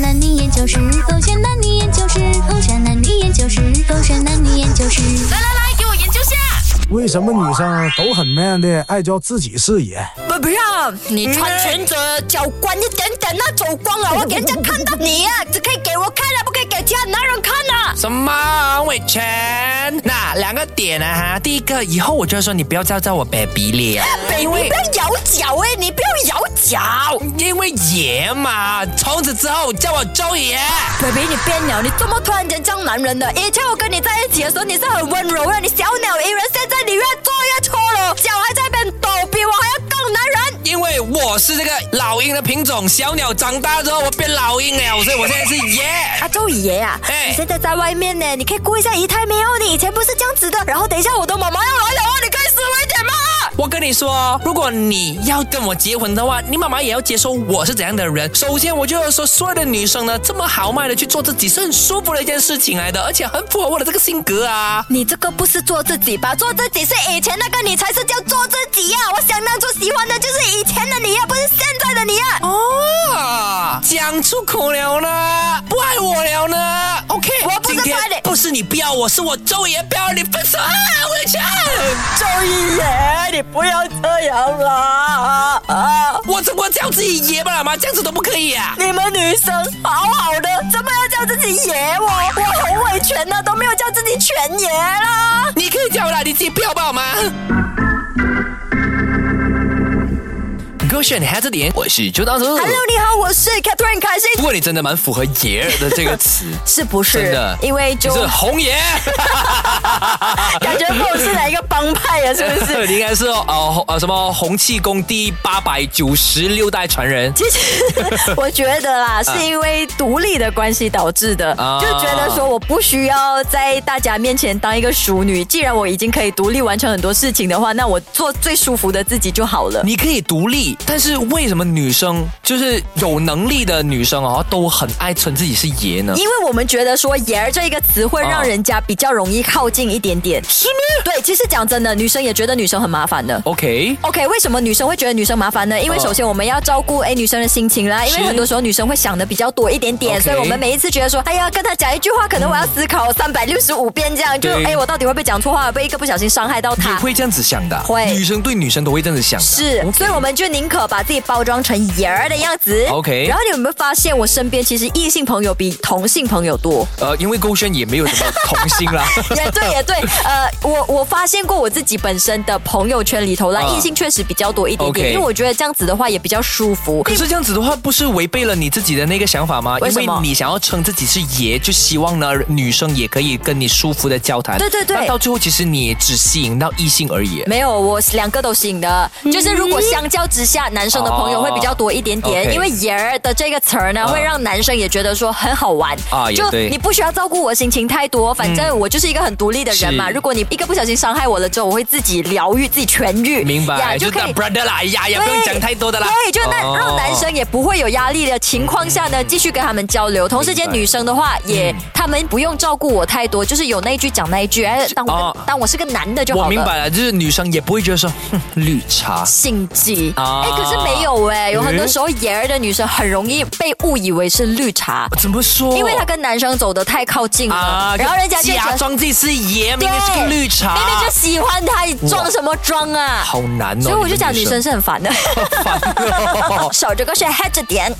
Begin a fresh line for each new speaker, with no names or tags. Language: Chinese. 男女研究室，狗选男女研究室，狗选男女研究室，狗选男女研究室。
来来来，给我研究下。
为什么女生都很 man 的爱叫自己是爷？
不不要，你穿裙子脚光一点点那走光 了，啊我给人家看到你啊，只可以给我看了，不可以给其他男人看啊。
什么伟权？那两个点啊哈，第一个，以后我就说你不要再叫我 baby 了，
你
因
不
为
要摇脚哎，你不要摇脚。
因为爷嘛，从此之后叫我周爷。
baby，你变了，你怎么突然间这样男人的？以前我跟你在一起的时候，你是很温柔的，你小鸟依人，现在你越做越错了，脚还在那边抖，比我还要更男 人。
因为我是这个老鹰的品种，小鸟长大之后我变老鹰了，所以我现在是爷。
啊，周爷啊，
哎
你现在在外面呢，你可以顾一下仪态没有？你以前不是这样子的。然后等一下我的妈妈要来了哦，你可以斯文一点吗？
我跟你说，如果你要跟我结婚的话，你妈妈也要接受我是怎样的人。首先，我就要说，所有的女生呢，这么豪迈的去做自己，是很舒服的一件事情来的，而且很符合我的这个性格啊。
你这个不是做自己吧？做自己是以前那个你才是叫做自己呀、我想当初喜欢的就是以前的你呀、啊不是现在的你啊呀、
哦，讲出口了呢，不爱我了呢。OK，
我不是
今天
怕你
不是你不要我，是我周也不要你分手啊，我的天！
周爷，你不要这样啦！啊，
我怎么叫自己爷吧妈，这样子都不可以啊！
你们女生好好的，怎么要叫自己爷我？我很委屈呢，都没有叫自己全爷啦。
你可以叫我啦，你自己不要吧好吗？歌选你还这点，我是周大叔。
Hello，你好，我是 Catherine 凯欣
不，过你真的蛮符合“爷”的这个词，
是不
真
是
的？
因 为就
你是红 爷，
感觉不是哪一个帮派呀、是不是？
你应该是哦呃红呃什么洪气功第八百九十六代传人。
其实 我觉得啦，是因为独立的关系导致的，
啊
就觉得说我不需要在大家面前当一个淑女。既然我已经可以独立完成很多事情的话，那我做最舒服的自己就好了。
你可以独立，但是为什么女生就是有能力的女生哦，都很爱称自己是爷呢？
因为我们觉得说“爷儿”这一个词会让
啊
人家比较容易靠近一点点。是吗？对，其实讲真的，女生也觉得女生很麻烦的。
OK，
OK，为什么女生会觉得女生麻烦呢？因为
嗯
首先我们要照顾哎女生的心情啦，因为
是
很多时候女生会想的比较多一点点，
OK 嗯
所以我们每一次觉得说，哎呀，跟她讲一句话，可能我要思考三百六十五遍这样，就
对
哎我到底会不会讲错话，被一个不小心伤害到
你
她。
会这样子想的啊，
会
女生对女生都会这样子想的，
是
OK
所以我们就宁可把自己包装成爷儿的样子。
OK
然后你有没有发现我身边其实异性朋友比同性朋友 多？
呃，因为勾轩也没有什么童心 啦。
也对，也对。呃，我我发现过我自己本身的朋友圈里头啦，
嗯
异性确实比较多一点点，
OK
因为我觉得这样子的话也比较舒服。
可是这样子的话，不是违背了你自己的那个想法吗？
为
因
什
为
么
你想要称自己是爷，就希望呢女生也可以跟你舒服的交谈。
对对对
那到最后其实你也只吸引到异性而已。
没有，我两个都行的。
嗯
就是如果相较之下，男生的朋友会比较多一点点，
哦，OK
因为“爷儿”的这个词儿呢，
嗯
会让男生也觉得说很好玩。
啊也
就
对嗯
你不需要照顾我心情太多，反正我就是一个很独立的人嘛。
是
如果你一个不小心伤害我了之后，我会自己疗愈、自己痊愈，
明白，
呀
就
就可
当
以
brother 啦，哎呀呀，
对
不用讲太多的啦。
对，就那
哦
让男生也不会有压力的情况下呢，继续跟他们交流。同时间，
明白
女生的话也
嗯，
他们不用照顾我太多，就是有那一句讲那一句，哎，当我
哦
当我是个男的就
我
好
明
了。
白了，就是女生也不会觉得说，哼，绿茶。
性急，
啊
哎，可是没有哎，有很多时候爷儿的女生很容易被误以为是绿茶，
怎么说？
因为她跟男生走得太靠近了，然后人家就觉
哦啊假
得
装自己是爷，
对
明明是个绿茶，
明明就喜欢他，你装什么装啊？
好难哦。
所以我就讲
你
女
们
生 是很烦的，
好烦哦。
守着个是 head 着点。